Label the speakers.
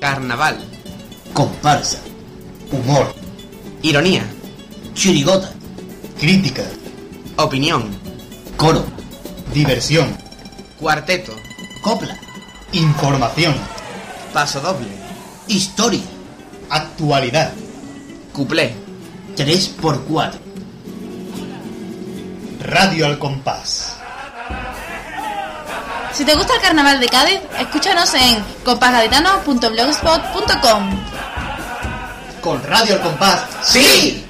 Speaker 1: Carnaval.
Speaker 2: Comparsa. Humor.
Speaker 1: Ironía.
Speaker 2: Chirigota. Crítica.
Speaker 1: Opinión.
Speaker 2: Coro. Diversión.
Speaker 1: Cuarteto.
Speaker 2: Copla. Información.
Speaker 1: Paso doble.
Speaker 2: Historia. Actualidad.
Speaker 1: Cuplé.
Speaker 2: 3x4. Radio al compás.
Speaker 3: Si te gusta el carnaval de Cádiz, escúchanos en compasgaditano.blogspot.com.
Speaker 2: Con Radio al compás. ¡Sí!